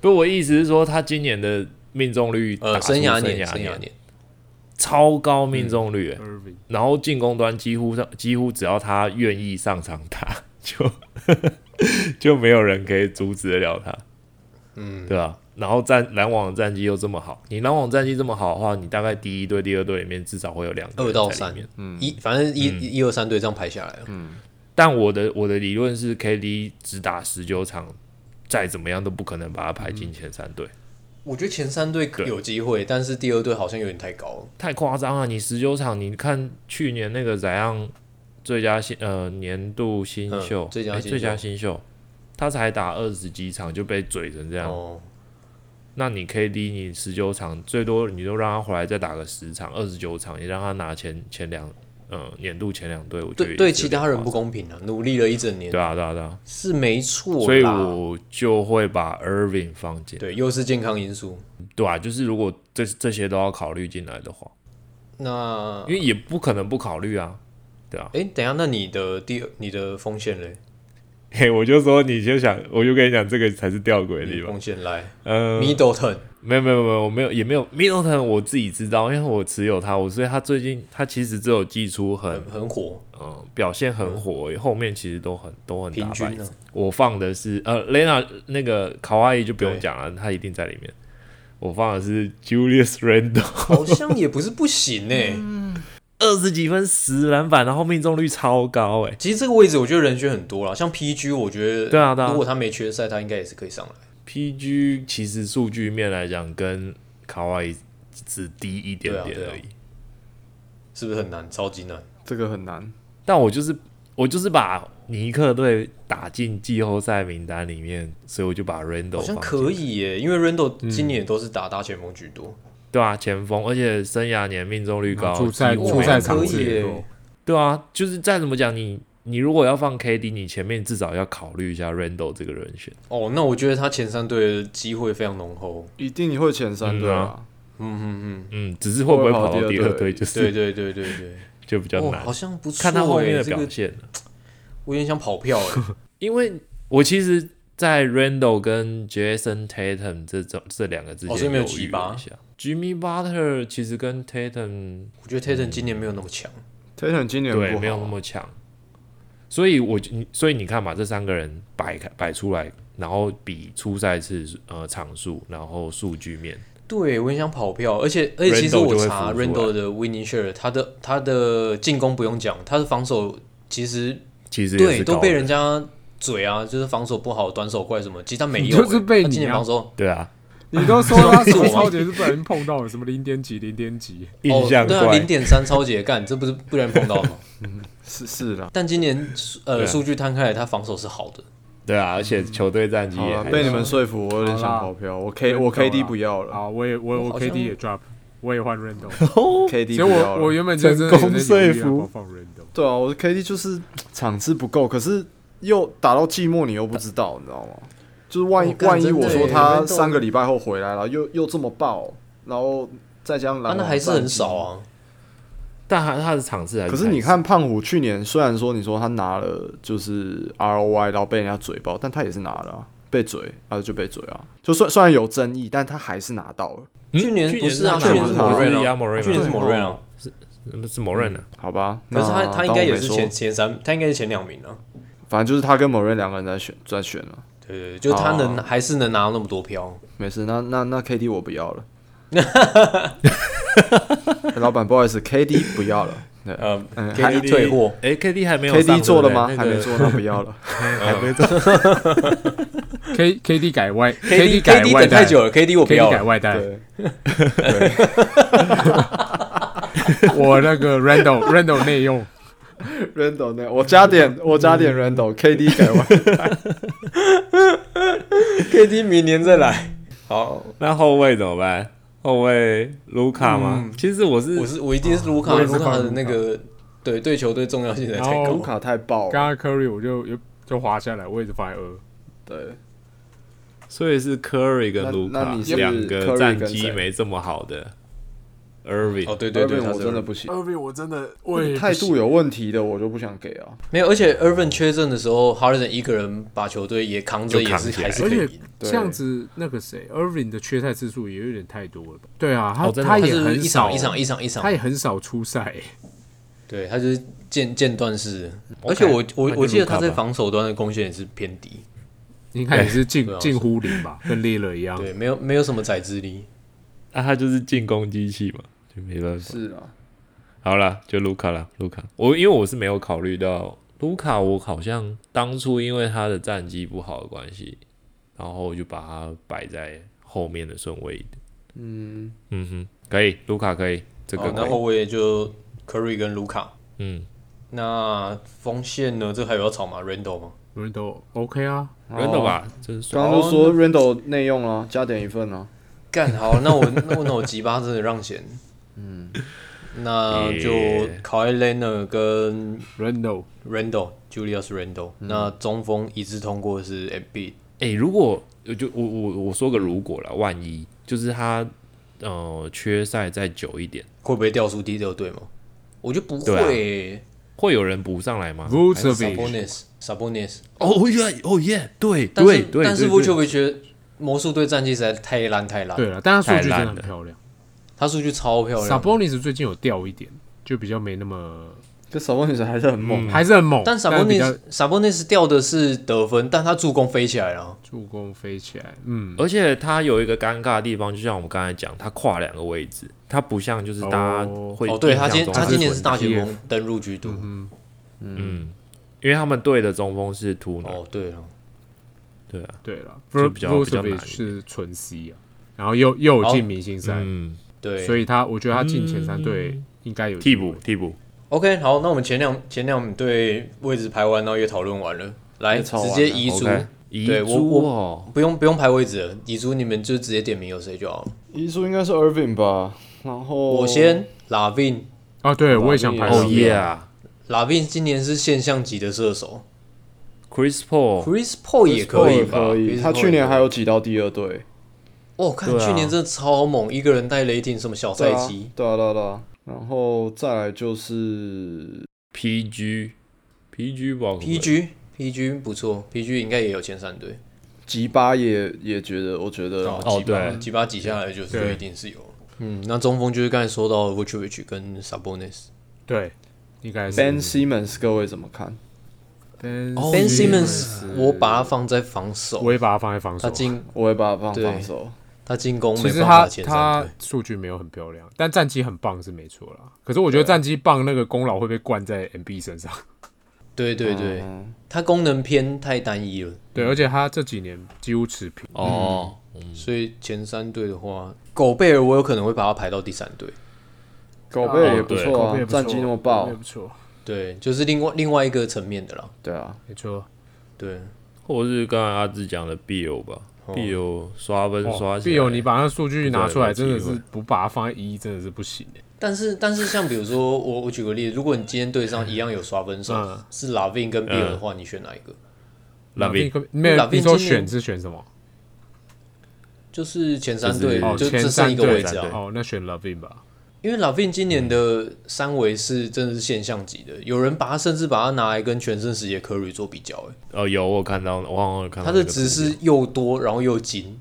不，我意思是说他今年的命中率打
呃，
出
生涯
年
年
生
生涯年，
超高命中率、欸
Irving
然后进攻端几乎上几乎只要他愿意 上场打，就就没有人可以阻止得了他。
嗯，
对啊，然后战篮网的战绩又这么好，你篮网战绩这么好的话，你大概第一队、第二队里面至少会有两个
二
人
到
在里
三
面。，嗯
一反正一一一二三队这样排下来了，
但我的我的理论是，KD 只打十九场，再怎么样都不可能把他排
嗯
进前三队，
我觉得前三队
对
有机会，但是第二队好像有点太高了。
太夸张了。你十九场，你看去年那个怎样最佳新呃年度新
嗯
秀，
最佳
诶
新
最佳
秀
新秀，他才打二十几场就被嘴成这样，
哦，
那你 KD 你十九场最多你就让他回来再打个十场二十九场，你让他拿前前两呃年度前两队，我觉得
对
也
对，
是
其
有点
他人
夸
不
张
公平啊！努力了一整年
对啊对啊对啊，
是没错啦，
所以我就会把 Irving 放进，
对又是健康因素。
对啊，就是如果这这些都要考虑进来的话，
那
因为也不可能不考虑啊，对啊。
哎，等一下，那你的第二你的锋线嘞？
嘿，我就说你就想，我就跟你讲，这个才是吊诡的
你
地
的
方
锋。线来
呃，
Middleton，
没有没有没有，我没有也没有 Middleton，我自己知道，因为我持有他，我所以他最近他其实只有寄出很
很很火，
呃，表现很火、后面其实都很都很打
平
败
均。啊呢？
我放的是呃，Lena 那个卡哇伊就不用讲了，他一定在里面。我放的是 Julius Randle，
好像也不是不行欸
嗯
呢。
二十几分十篮板，然后命中率超高哎、
其实这个位置我觉得人选很多啦，像 PG，我觉得
对啊对啊
如果他没缺赛，他应该也是可以上来。
PG 其实数据面来讲跟卡哇伊只低一点点
对啊对啊
而已，
是不是很难？超级难。
这个很难。
但我就是我就是把尼克队打进季后赛名单里面，所以我就把 Randle
好像
放嗯进
可以耶，因为 Randall 今年也都是打大前锋居多，
对啊，前锋，而且生涯年命中率高，
出赛
几乎
出
没
赛
有
场
可以
次也
耶
多，
对啊，就是再怎么讲，你你如果要放 KD，你前面至少要考虑一下 Randall 这个人选。
哦，那我觉得他前三队的机会非常浓厚。
一定会前三
嗯
队啊，
嗯嗯嗯，
嗯，只是会不会跑
会
到
跑
第
第
二
二
队，
队
就
对
是
对对对对，
就比较
哦，
难
好，像不错耶。欸
看他后面的
这
表
个
现了。啊
我有点想跑票哎。
因为我其实，在 Randall 跟 Jason Tatum 这种这两个之
哦所以
间
没有
犹豫
举拔
了一下。Jimmy Butler 其实跟 Tatum
我觉得 Tatum 今年没有那么强，
t a t u m 今年不
对
好啊
没有那么强，所以我你所以你看嘛，这三个人摆开摆出来，然后比出赛次数呃场数，然后数据面。
对我很想跑票，而且而且其实
Randall
我
就会
查
浮出来
Randall 的 winning share，他的他的进攻不用讲，他的防守其实
其实也
对
是
都
高
被
的
人家嘴啊，就是防守不好，短手怪什么，其实他没有
就
耶，
是被
他今
你
年
啊
防守
对啊，
你都说他什么
是我吗
超级是被人碰 到了，什么零点几零点几，
印象
哦、对啊，
怪
零。点三超级干，这不是不然碰到吗？
是是啦。
但今年数
对
呃
啊
数据摊开来，他防守是好的，
对啊，而且球队战绩
好
也
了，
还
被你
行
们说服，我有点想
好啦
跑票。我 K
人走
我 KD
啦
不要了
啊，我也我
我
我
好像
KD 也 drop，我也换 Randall，
，KD
其实
不要
我我
了。
原本真的有
成
在
功
犹豫
说
要不要
服
放 Randall，
对啊，我的 KD 就是场次不够，可是又打到季末，你又不知道，你知道吗？就是万一
哦干
万一
真的
我说
耶
他
人都
三个礼拜后回来了，又又这么爆，然后再加上篮
啊，
网
那还是很
战绩
少。啊。
但他他的场次还是
可是你看胖虎去年虽然说你说他拿了就是 ROI，然后被人家嘴爆，但他也是拿了啊、被嘴，然后就被嘴啊。就虽虽然有争议，但他还是拿到了，
嗯
去年不是啊，
去
去
年
年
是
是
他
某
是
瑞
亚
啊，
莫瑞
去年是
吗？
某瑞啊，
是某人啊，
好吧？
可是他
那
他应该也是
当我没
前
说，
前三，他应该是前两名啊。
反正就是他跟某人两个人在选在选了。
对对对，就他能还是能拿到那么多票，
没事，那那那 KD 我不要 了。老板，不好意思，KD 不要了。对，
呃
嗯还
，KD 退货，
哎，KD 还没有上
，KD 做了吗？
对不
还没
对
做，那不要了。
那个还没做。
K KD 改外
KD
改
KD
外
等太
带
久了，KD 我不
，KD
要
改
了。
外带，
对，
我那个 Randall Randall 内用，
Randall 那我加 点，我加点 Randall，KD 改完。
KD 明年再来。好，
那后卫怎么办？后卫卢卡
嗯
吗？其实我是
我是我一定是卢卡，
我也是
卢卡
放
的那个对对球队重要性才太高
然后
哦卢。卡太爆了，
刚刚 Curry 我就就就滑下来，我也是放在二，
对，
所以是 Curry 跟
那
卢
那
卡
你是
两个
Curry
战
跟
绩
谁
没这么好的 Irving，、
哦，对对对，
Irving
他
我
是
真的不行，
二 V 我真的我
态度有问题的我就不想给啊。
没有，而且 Irvin 缺阵的时候，Harden 一个人把球队也扛着，
就
也
扛
是
起来
还是
而
可以
且
赢。
对
这样子，那个谁，Irving 的缺赛次数也有点太多了吧？对啊，他、
哦真的
他
他
也
是
很
一
少
场一场一场一场
他，也很少出赛、 欸
对他就是间间断式的。
OK，
而且我我
那就
我记得
卢卡
他在
吧
防守端的贡献也是偏低。
应该也是近
对啊
近乎零 吧，跟猎了一
啊
样。
对，没有没有什么宰之力。
那、啊他就是进攻机器嘛，就没办法。
是啊，
好啦，就卢卡啦，卢卡。我因为我是没有考虑到卢卡，我好像当初因为他的战绩不好的关系，然后我就把他摆在后面的顺位一点。嗯嗯哼，可以，卢卡可以，这
好
个，可
哦那
以。
后卫就 Curry 跟卢卡。
嗯，
那锋线呢？这还有要吵吗？Randall 吗？
我们都 OK 啊，
人的
哦
吧，这是哦算
啊刚刚都说 Randall 内用了，加点一份啊。
干好，那我那我那我吉巴真的 让贤。嗯，那就
Yeah
Kyle Leonard 跟
Randall
Randall Julius Randall、那
嗯
中锋一致通过是 MB。
哎、如果我就我我我说个如果啦，万一就是他呃缺赛再久一点，
会不会掉出第六队吗？我觉得不
对啊
会、欸
会有人补上来吗
v u c e v i c
Sabonis Sabonis，
哦耶哦耶，对
但是
对对，
但是
对
v u
对
c e v i c 魔术队战绩实在太烂太烂，
对了，但他数据
太
真
烂
的很
了
漂亮。
他数据超漂亮的，
Sabonis 最近有掉一点，就比较没那么，
这守望女神还是很猛，
还是很猛，
但
比较
Sabonis Sabonis 掉的是得分，但他助攻飞起来了。
助攻飞起来，嗯，
而且他有一个尴尬的地方，就像我们刚才讲，他跨两个位置，他不像就是大家
哦
会
哦，对他
印象
今
中
他今年
纯
是大
踢
前锋登入居多。
嗯，因为他们队的中锋是图努，
哦，对了，
对啊，
对了
就比较比较
v
难
i
一
c
点
是纯 C 啊，然后又又有进明星赛，
嗯，
对，
所以他我觉得他进前三队
嗯
应该有
替
机会
补替补，
OK，好，那我们前两前两队位置排完，然后也讨论完了，来
也吵完
直
了
接移出，
OK，遗
对我
珠
我
哦，
不用不用排位置了，移出你们就直接点名有谁就好了。
遗书应该是 Irving 吧，然后
我先，Lavin，Lavin
啊，对我也想排
还
上
是
哦
有
耶啊
今年是现象级的射手
，Chris Paul，
，Chris Paul 也可以吧？
可
Chris
以，他
Paul
去
也
年
可以
还有挤到第二队，
哦，看、
对啊
去年真的超猛，一个人带雷霆什么小
对
赛
啊
季，，
对啊，对啊，对啊。然后再来就是
PG PG 吧
PG PG 不错，PG 应该也有前三队。
吉巴也也觉得，我觉得
哦
几把
对
几把挤下来就是
对
就一定是有了。嗯，那中锋就是刚才说到 Vucevic 跟 Sabonis。
对，应该是
Ben Simmons 各位怎么看？
Ben
Ben Simmons，我把他放在防守
哦我，也把他放在防守
他，进
我会把它放
对
防守。
他进攻
其
没
实
办
他
法前三
他
队。
数据没有很漂亮，但战绩很棒是没错啦。可是我觉
啊
得战绩棒那个功劳会被灌在 MB 身上，
嗯对对对，
嗯
他功能偏太单一了，
对，而且他这几年几乎持平。
哦，
所以前三队的话，狗贝尔我有可能会把他排到第三队。
狗贝尔也
哦
不
对
错
口碑
啊
也，不错
战绩那么爆
口碑也，不错，
对，就是另外另外一个层面的啦。
对啊，
没错。
对，
或者是刚才阿志讲的 Bill 吧，Bill
哦
刷分刷起
必
来
哦有你把那数据拿出来，
不对
真
有
的
机会
是不把它放在一真的是不行欸
但是但是像比如说我我举个例子，如果你今天队上一样有刷分手、
嗯
是 Lavin 跟 Bill 的话，你选哪一个？
拉比
那个没有
拉，比
你说
今年
选是选什么？
就是前三
就
队
是
哦，
就
前
只剩
三
一个位
队
置啊。
哦，那选 Lovin 吧。
因为 Lavin 今年的三维是真的是现象级的，有人把他甚至把他拿来跟全盛时也 Curry 做比较、欸，
哦，有我有看到，我好像有看到
他的
那个
值
图
是
表
又多，然后又精，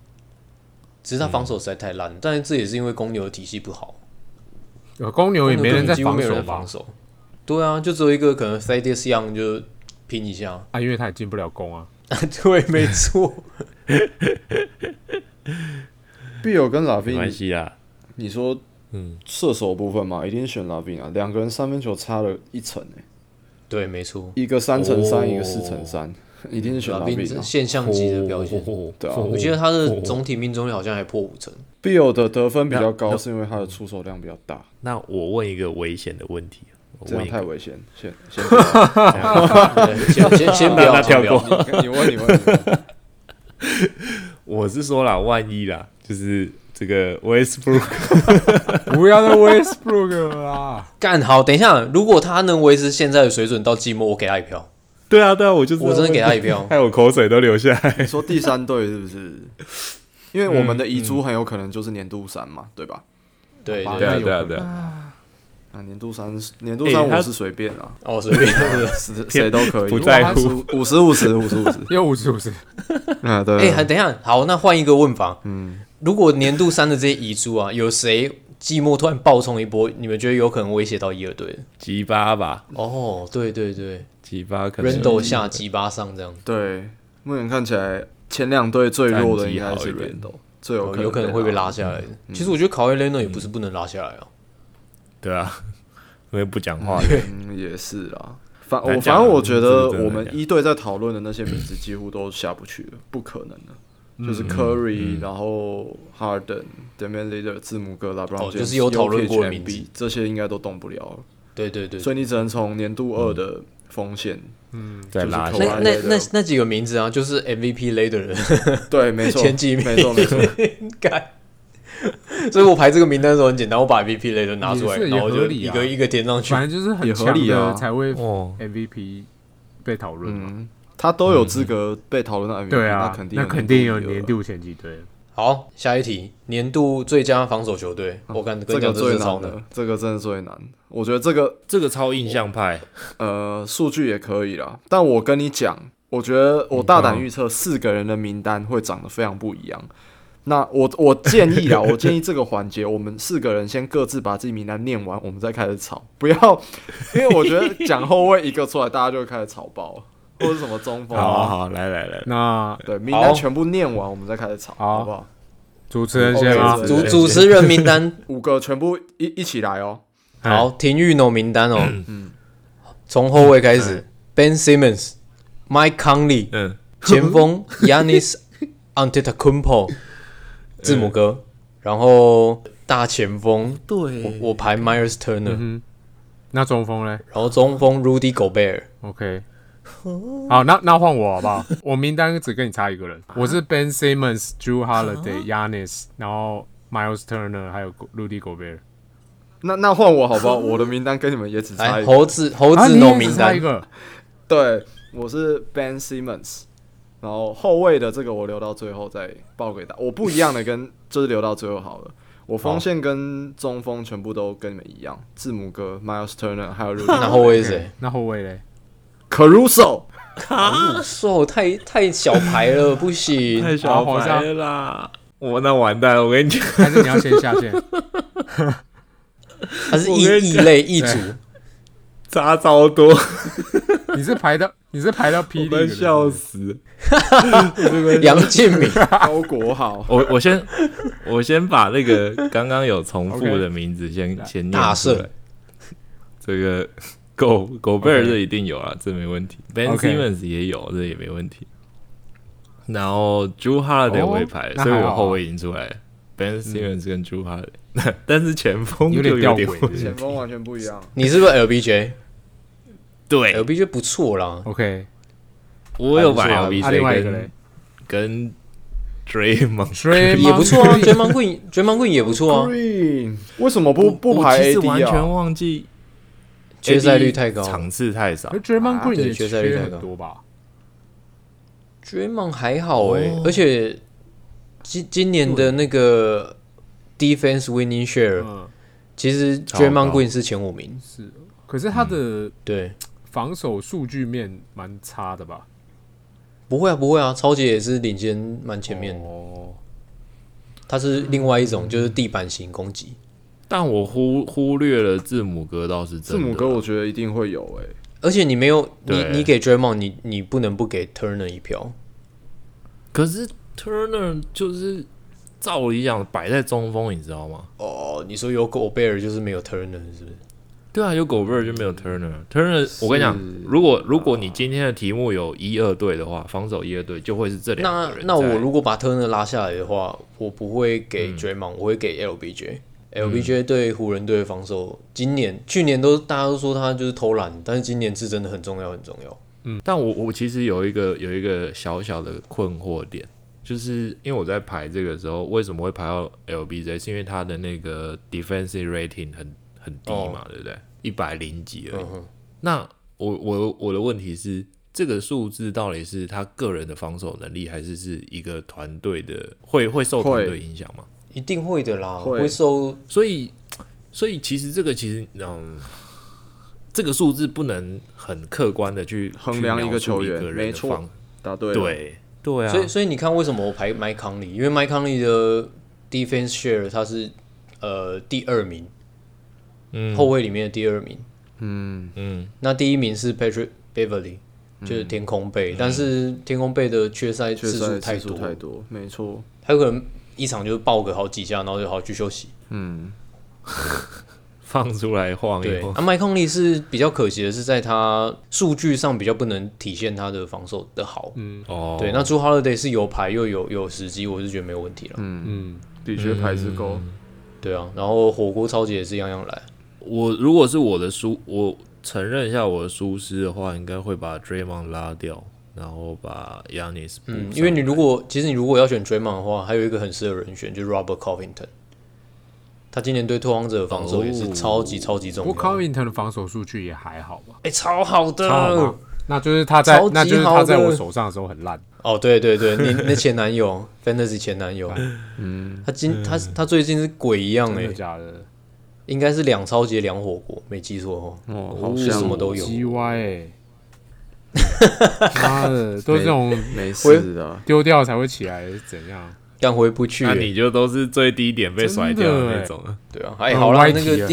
只是他防守实在太烂。但是这也是因为公牛的体系不好，
呃，公牛也没人在
公牛根本几乎没
防
有
守
人防
嘛，
守。对啊，就只有一个可能 Thaddeus Young 就拼一下。
啊，因为他也进不了攻啊。
对，没错。
必有跟拉
没
宾
关，系啊啦，
你说
嗯，
射手部分嘛，一定选拉宾啊，两个人三分球差了一层诶，
对，没错。
一个三乘
哦
三，一个四乘三，一定是选拉宾
哦是
啊。
现象级
哦
的表现，
对啊
我
我
觉得他的总体命中率好像还破五成。
必有的得分比较高，是因为他的出手量比较大，
那我问一个危险的问题，啊我
这
问
样
一个
太危险。先先不要
对先先先 不
那
要
跳
先不要
过
你问你问你问，
我是说啦，万一啦，就是这个 Westbrook
不要再 Westbrook 啊了啦！
干好，等一下，如果他能维持现在的水准到季末，我给他一票，
对啊对啊，我就是
我真的给他一票。
害我口水都流下来。
你说第三队是不是？因为我们的遗
嗯
珠很有可能就是年度三嘛，对吧？
对
好吧
对，
那
对
有可能
啊，
啊，年度三，年度三
欸他
我是随便啊，
哦，随便。
谁谁都可以，
不在乎
五十五十五十五 十，
又五十五十，
啊对，
哎、还等一下，好，那换一个问法，
嗯，
如果年度三的这些遗珠啊，有谁季末突然爆冲一波，你们觉得有可能威胁到一二队？
吉巴吧，
哦，对对对
吉巴可能
，Randall 下吉巴上这样，
对，目前看起来前两队最弱的应该
战绩好
是
一点
Randall，最有
哦
可能
有可能会被拉下来的。其实我觉得考验 Leno 也不是不能拉下来啊。
对啊， 因为不讲话的，
嗯，也是啦。反我
哦难
反
讲啊
正我觉得
这个真的
我
难
们
讲
一队在讨论的那些名字几乎都下不去了，不可能的。就是 Curry，、然后 Harden、Damian l i l l a r 字母哥、LeBron
哦
James、
就是有讨论过的名字
Jokic，MB 这些应该都动不了了。
对对对，
所以你只能从年度二的风险，
再拉
就
下
是
来。
那那那那几个名字啊，就是 MVP 类的人
对，没错，
前几名
没错没错。
干。所以我排这个名单的时候很简单，我把 MVP 类的拿出来，
也是也
然后
合
就
理
一
啊
个一个填上去。
反正就是很
也合
强
理啊
的才会
哦，
MVP 被讨论嘛。
嗯，他都有资格被讨论到 MVP，、
对
那
啊，
肯定
那肯定有
年
年
度
度前几队。
好，下一题，年度最佳防守球队，
哦
我敢
一
跟你
了。这个
讲，这
最
是超
难
的。
的，这个真的最难。我觉得这个
这个超印象派，
呃数据也可以啦，但我跟你讲，我觉得我大胆预测四个人的名单会长得非常不一样。那我我建 议啦，我建议这个环节，我们四个人先各自把自己名单念完，我们再开始吵，不要，因为我觉得讲后卫一个出来，大家就会开始吵爆了，或者是什么中锋啊，
好好好，来来来，
那
对，名单
好
全部念完，我们再开始吵，
好
好不好？
主持人先
OK，
吗？
哦主主持人名 单，
五个全部一一起来哦。
哎
好，廷玉农名单哦。
嗯
从后卫开始，Ben
哎
Simmons、Mike Conley，
嗯，
前 锋 Yanis Antetokounmpo，字
嗯
母哥，然后大前锋，
对，
我我排 Myers Turner，
哦嗯哼，那中锋嘞
然后中锋 Rudy Gobert。
？OK，好，那那换我好不好？我名单只跟你差一个人，我是 Ben Simmons、Drew Holiday、Yanis，然后 Miles Turner 还有 Rudy Gobert。
那那换我 好不好？我的名单跟你们也只差
来，
一个。
猴子猴
啊
子
你也
农
只
名
差
单
一，个，
对，我是 Ben Simmons，然后后卫的这个我留到最后再报给大我不一样的跟就是留到最后好了。我锋线跟中锋全部都跟你们一样，字母哥、Miles Turner 还有
那
Rudy
后卫是谁？
那后卫嘞？
Caruso。
瘦太太小牌了，不 行。
太小白了啦，我那完蛋了，我跟你讲，
还是你要先下 线？
他是异
我跟你
异
讲
类异
对
族，
差超多，
你是排到你是排到霹雳
我
的，
要笑死。，
梁建敏。
高国豪
我我先我先把那个刚刚有重复的名字先先念
大
出来
圣。
这个狗狗贝尔
OK
这一定有啊，这没问题。Ben
OK
Simmons 也有，这也没问题。然后 Drew Holiday
哦
我也排了，
那还
所以
好啊嗯
我后卫已经出来了。Ben Simmons 跟 Drew Holiday，但 是前锋
有
就有
点吊
点
诡
问
对
题
前锋完全不一样。
你是不是 LBJ？LBJ
呃
对，
不错啦，
OK，
我有把
还不错
啊，另外
LBJ
一个嘞
跟跟 Draymond
，Draymond
也不错啊 j a m a n Green j a m a n Green 也不错啊，
Green 为什么不不
我
排
其实完
AD
全
啊？
忘记
决赛率
AD
太高
场次太少
而。Draymond
啊
Green
对
也
决
缺
赛率太高
很多吧？
j a m a n 还好哎、
哦
而且今今年的那个 defense winning share，、
嗯，
其实 j
超
a m a n
高
Green 是前五名，
是。可是他的
对，
防守数据面蛮差的吧？
不会啊不会啊，超级也是领先蛮前面的，
哦，
他是另外一种就是地板型攻击，
但我忽忽略了字母哥倒是
字
真的。
母哥我觉得一定会有欸诶、
而且你没有你
对
你给 j a m a n 你你不能不给 Turner 一票，
可是 Turner 就是照理讲摆在中锋，你知道吗？
哦，你说有狗贝尔就是没有 Turner 是不是？
对啊，有狗贝尔就没有 Turner。Turner，我跟你讲
是，
如果如果你今天的题目有一二队的话，防守一二队就会是这两
那
个人在。
那我如果把 Turner 拉下来的话，我不会给 Draymond，、我会给 LBJ。LBJ 对湖人队的防守，今年去年都大家都说他就是偷懒，但是今年是真的很重要，很重要。
但我我其实有一个有一个小小的困惑点，就是因为我在排这个时候，为什么会排到 LBJ？是因为他的那个 defensive rating 很很低
哦
嘛，对不对？一百零几而已。
嗯哼，
那我我我的问题是，这个数字到底是他个人的防守能力，还是是一个团队的会会受团队影响吗？
一定会的啦，
会
会受
所以，所以其实这个其实嗯，这个数字不能很客观的去
衡量
去描
一个
述
球员
个人
没
的
错
防
答对了，
对对啊，
所以，所以你看，为什么我排麦康利？因为麦康利的 defense share 他是呃第二名，
嗯
后卫里面的第二名。
嗯，
嗯
那第一名是 Patrick Beverly，就是天空贝，但是天空贝的缺赛
确
次
实
数
次
太
数
多，
太多，没错。
他有可能一场就是爆个好几下，然后就好去休息。
嗯，
放出来
哦
晃一
对，
晃，
那麦康利是比较可惜的是，在他数据上比较不能体现他的防守的
嗯
好。
哦，
对，那朱哈勒 y 是有牌又有有时机，我是觉得没有问题了。
嗯，
的确牌子够。
对啊，然后火锅超级也是样样来。
我如果是我的疏，我承认一下我的疏失的话，应该会把 Draymond 拉掉，然后把 Yanis
嗯，因为你如果其实你如果要选 Draymond 的话，还有一个很适合人选，就是 Robert Covington。他今年对拓荒者的防守也是超级超级重
哦不过
要，哎、
Covington 的防守数据也还好吧，
超好的，
超好吗？那就是他在
呃超，级
那就是他在
好的
我手上的时候很烂，
哦，对对对，你那前男友 ，Fantasy 前男友，他今他他最近是鬼一样
真
哎、
的假的？
应该是两超级两火锅，没记错哦，
哦，好
是
像
什么都有。
G Y，欸 妈的，都这种
没事啊的。
丢掉才会起来是怎样？
但回不去
那
欸、
你就都是最低点被甩掉的那种了。
对啊，哎、
嗯
好啦，
歪
那
题
个
啊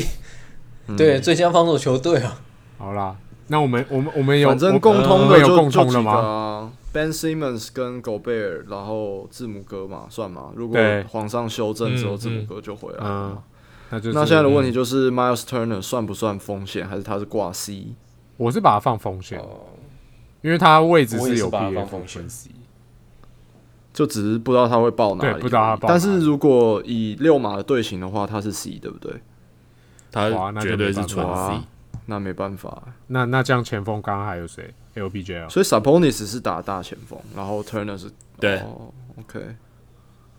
第、 对最佳防守球队啊，
好啦，那我们我们我们有
反正
我
共
我
通
们
的
有
就
共
就
通
几
了
个
吗？
啊，Ben Simmons 跟狗贝尔，然后字母哥嘛，算嘛。如果
对
皇上修正之后，
嗯
字母哥就回来了嘛。
那嗯就是
那现在的问题就是 Miles Turner 算不算风险，还是他是挂 C？
我是把它放风险，因为它位置
哦我也是
有
把它
PF
放风险
分析，
就只是不知道他会爆哪里而已。
对不知道他爆哪
但
里
是如果以六码的队形的话，他是 C，对不对？
他
哇那就
绝对是
没
纯
办
C，
哇，那没办法。
那那这样前锋刚刚还有谁？LBJ 哦，
所以 Sabonis 是打大前锋，然后 Turner 是
对。
哦，OK，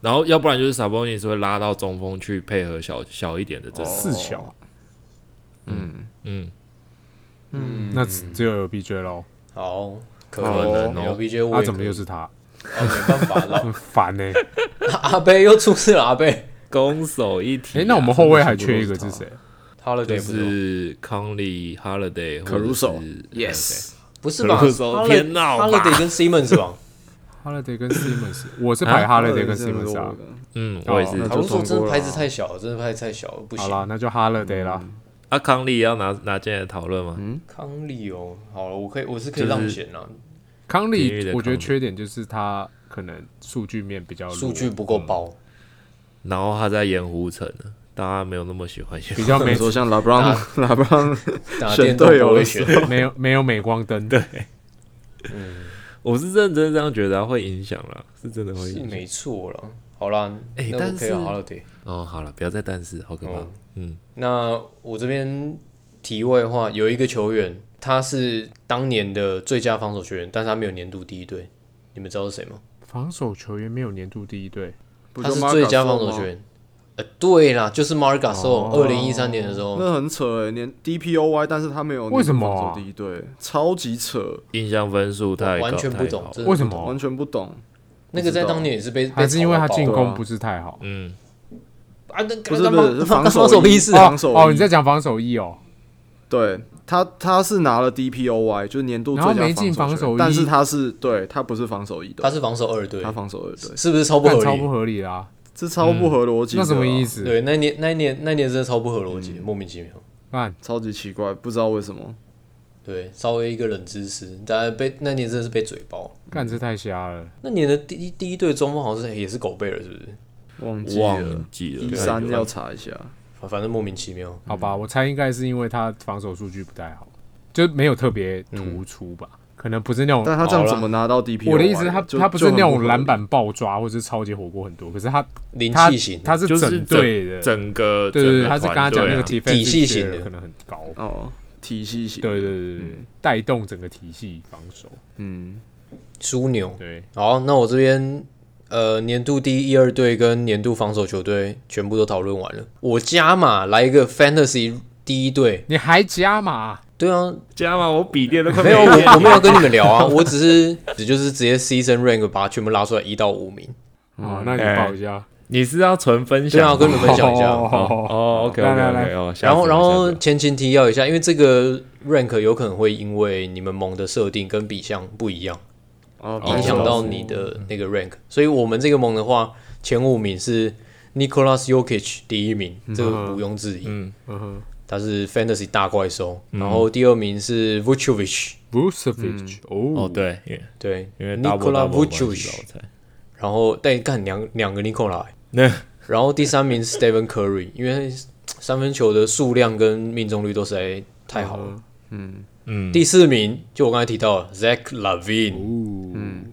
然后要不然就是 Sabonis 会拉到中锋去配合小小一点的阵
四小，
嗯，
嗯，
嗯
那只只有 LBJ 喽。
好，可
好
能
哦
LBJ 我
那
也
啊怎么
可
又是他？
哦，没办法，老
很烦欸呢。
阿贝又出事了，阿贝，
攻守一体啊。
哎，那我们后卫还缺一个是谁？
他了
就
对不对？
是 Conley、Holiday
可
或者
鲁
是
手 Yes，
不是吧？
Caruso 偏闹吧
他了得跟 Simmons 吧？
哈勒德跟 Simmons，我是排哈勒德跟 Simmons 啊。
嗯，我也是
那。
卡
就
鲁索真
通
的
过
牌
了
子太小了，真的牌子太小了，不
好
行。
啦，那就哈勒德啦。
啊，康利要拿拿进来讨论吗？
康利哦，好了，我可以，我是可以让啊贤了，
康
地狱的
利，
康利
我觉得缺点就是他可能数据面比较弱
数据不够爆，
然后他在盐湖城呢，大家没有那么喜欢盐湖
比较没
你说像 LeBron、LeBron
啊
打
选
电动
队
不
友
会
的
选
时。
没有没有镁光灯。对，
我是认真这样觉得啊、会影响啦，是真的会
是
影响。
没错了。好啦，
哎
那
但
我可以啊
是
好了得。
哦，好了，不要再但是，好可怕。
哦
嗯，
那我这边题外话，有一个球员，他是当年的最佳防守球员，但是他没有年度第一队，你们知道是谁吗？
防守球员没有年度第一队，
不
他是
就 Marc
最佳防
Gasol
守
吗
球，员。呃，对啦，就是 m a r g a s o 二零一三年的时候，
那很扯哎，连 DPOY，但是他没有
为什么啊
那个防守第一队，超级扯，
印象分数太高
完全不懂
太，高
真的
为什
不懂
么
完？全不懂。
那个在当年也是被
还是因为他进
对
攻
啊
不是太好。哦
嗯，
啊，那
不是不是，是
防
守
守
一
意识
是防守
哦，
一
你在讲防守一哦。
对他，他是拿了 DPOY，就是年度最
然后没
佳
进
防
防守
球
一
员，但是他是对他不是防守一的，
他是嗯防守二队
他，防守二队，
是不是超不
干
合
超
理
不？合理啦、
这超不合逻辑、的啊
那什么意
思？
思？
对，那一年那一年那一年真的超不合逻辑，
嗯
莫名其妙。
看
超级奇怪，不知道为什么。
对，稍微一个冷知识，大家被那年真的是被嘴爆。
干这太瞎了。
那年的第一第一队中锋好像是哎也是狗贝尔，是不是？
忘记了
忘，记了
一三要查一下。
反反正莫名其妙。
好吧，我猜应该是因为他防守数据不太好，就没有特别突出吧，可能不是那种。
但他这样怎么拿到 DP？
我的意思是他，
就
他不是那
就很
种
合理
篮板爆抓或者是超级火锅很多，可是他
灵
他
气型，
他是
就是
整队的，
整个啊
对对对，啊他是刚
刚
刚讲那个
体系型
defensive
的
share 可能很高，
哦，体系型。
对对对对，带动整个体系防守。
嗯，
枢纽。
对，
好，那我这边呃年度第一、二队跟年度防守球队全部都讨论完了，我加码来一个 Fantasy 第一队。
你还加码？
对啊，
加嘛，我笔电都快
没有
电了
我我没有跟你们聊啊，我只是只就是直接 season rank 把它全部拉出来一到五名。
哦，那你
哎
报一下。
你是要纯分
对
享
啊，
吗？
我跟你们分享一下。
哦
哦，OK
来
OK
来
OK，
来
哦，吓
然后，
死我
然后
吓死
前情提要一下，因为这个 rank 有可能会因为你们盟的设定跟比项不一样，
哦，
影响到你的那个 rank。所以我们这个盟的话，前五名是 Nicolas Jokic 第一名，这个毋庸置疑，
嗯
嗯哼，
他是 Fantasy 大怪兽。然后第二名是 Vucevic，
Vucevic，
哦，
哦，
对，因为
对，
因为 double
Nikola
double 我
Vucic，
猜，
然后但干两两个 Nikola，
那
然后第三名是 Stephen Curry，因为三分球的数量跟命中率都实在太好
哦
了。
嗯，
嗯，
第四名就我刚才提到了 Zach Lavine，
嗯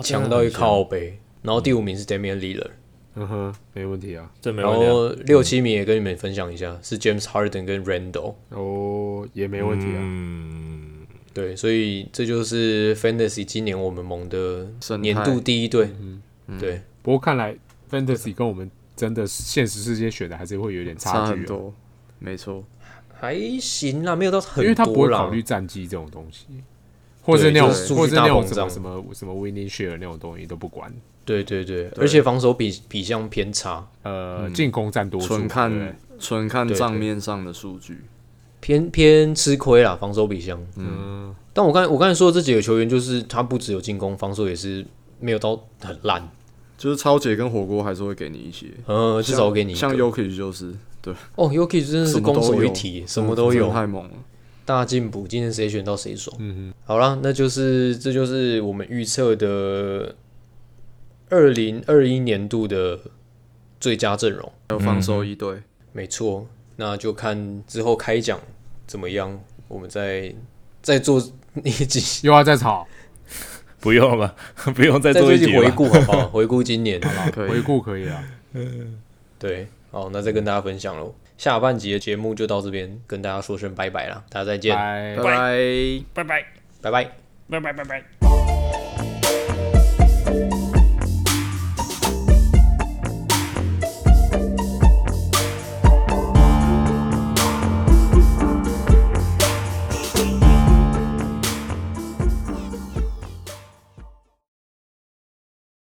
强到一
这样很像
靠背。然后第五名是 Damian l i l l a r
嗯哼，没问题啊。
这没
然
问题啊。
后六七名也跟你们分享一下，是 James Harden 跟 Randall。
哦，也没问题啊。
嗯，
对，所以这就是 Fantasy 今年我们盟的
生态
年度第一队。对，
不过看来 Fantasy 跟我们真的现实世界选的还是会有点
差
距
很
啊，
多，没错。
还行啦，没有到很多啦。
因为他不会考虑战绩这种东西，或是那种
对就是数据
或是那种什
大
么
膨胀
什么什么 winning share 那种东西都不管。
对对对，而且防守比比项偏差，
呃，
嗯
进攻占多数，
纯
对
看纯看
对对
账面上的数据，
偏偏吃亏啦，防守比项。
嗯，
但我刚才我刚才说的这几个球员，就是他不只有进攻，防守也是没有到很烂，
就是超姐跟火锅还是会给你一些，
呃，至少给你一个
像 Yuki 就是对，
哦，Yuki 真的是
什么
攻
都
守一
有嗯
体，什么都
真的
有，
太猛了。
大进步。今天谁选到谁爽。嗯好啦，那就是这就是我们预测的二零二一年度的最佳阵容，
还有防守一队，
没错。那就看之后开奖怎么样，我们再再做 一集，
又要再吵，
不用 了吧，不用再
再
做
做
一
一
集
集
了
回
吧。
顾好不好？ 回顾今年，好
可
回
以，
顾可以了。
对，好，那再跟大家分享喽。下半集的节目就到这边，跟大家说声拜拜啦，大家再见，
拜
拜拜。
拜拜，
拜拜。
拜拜，拜拜。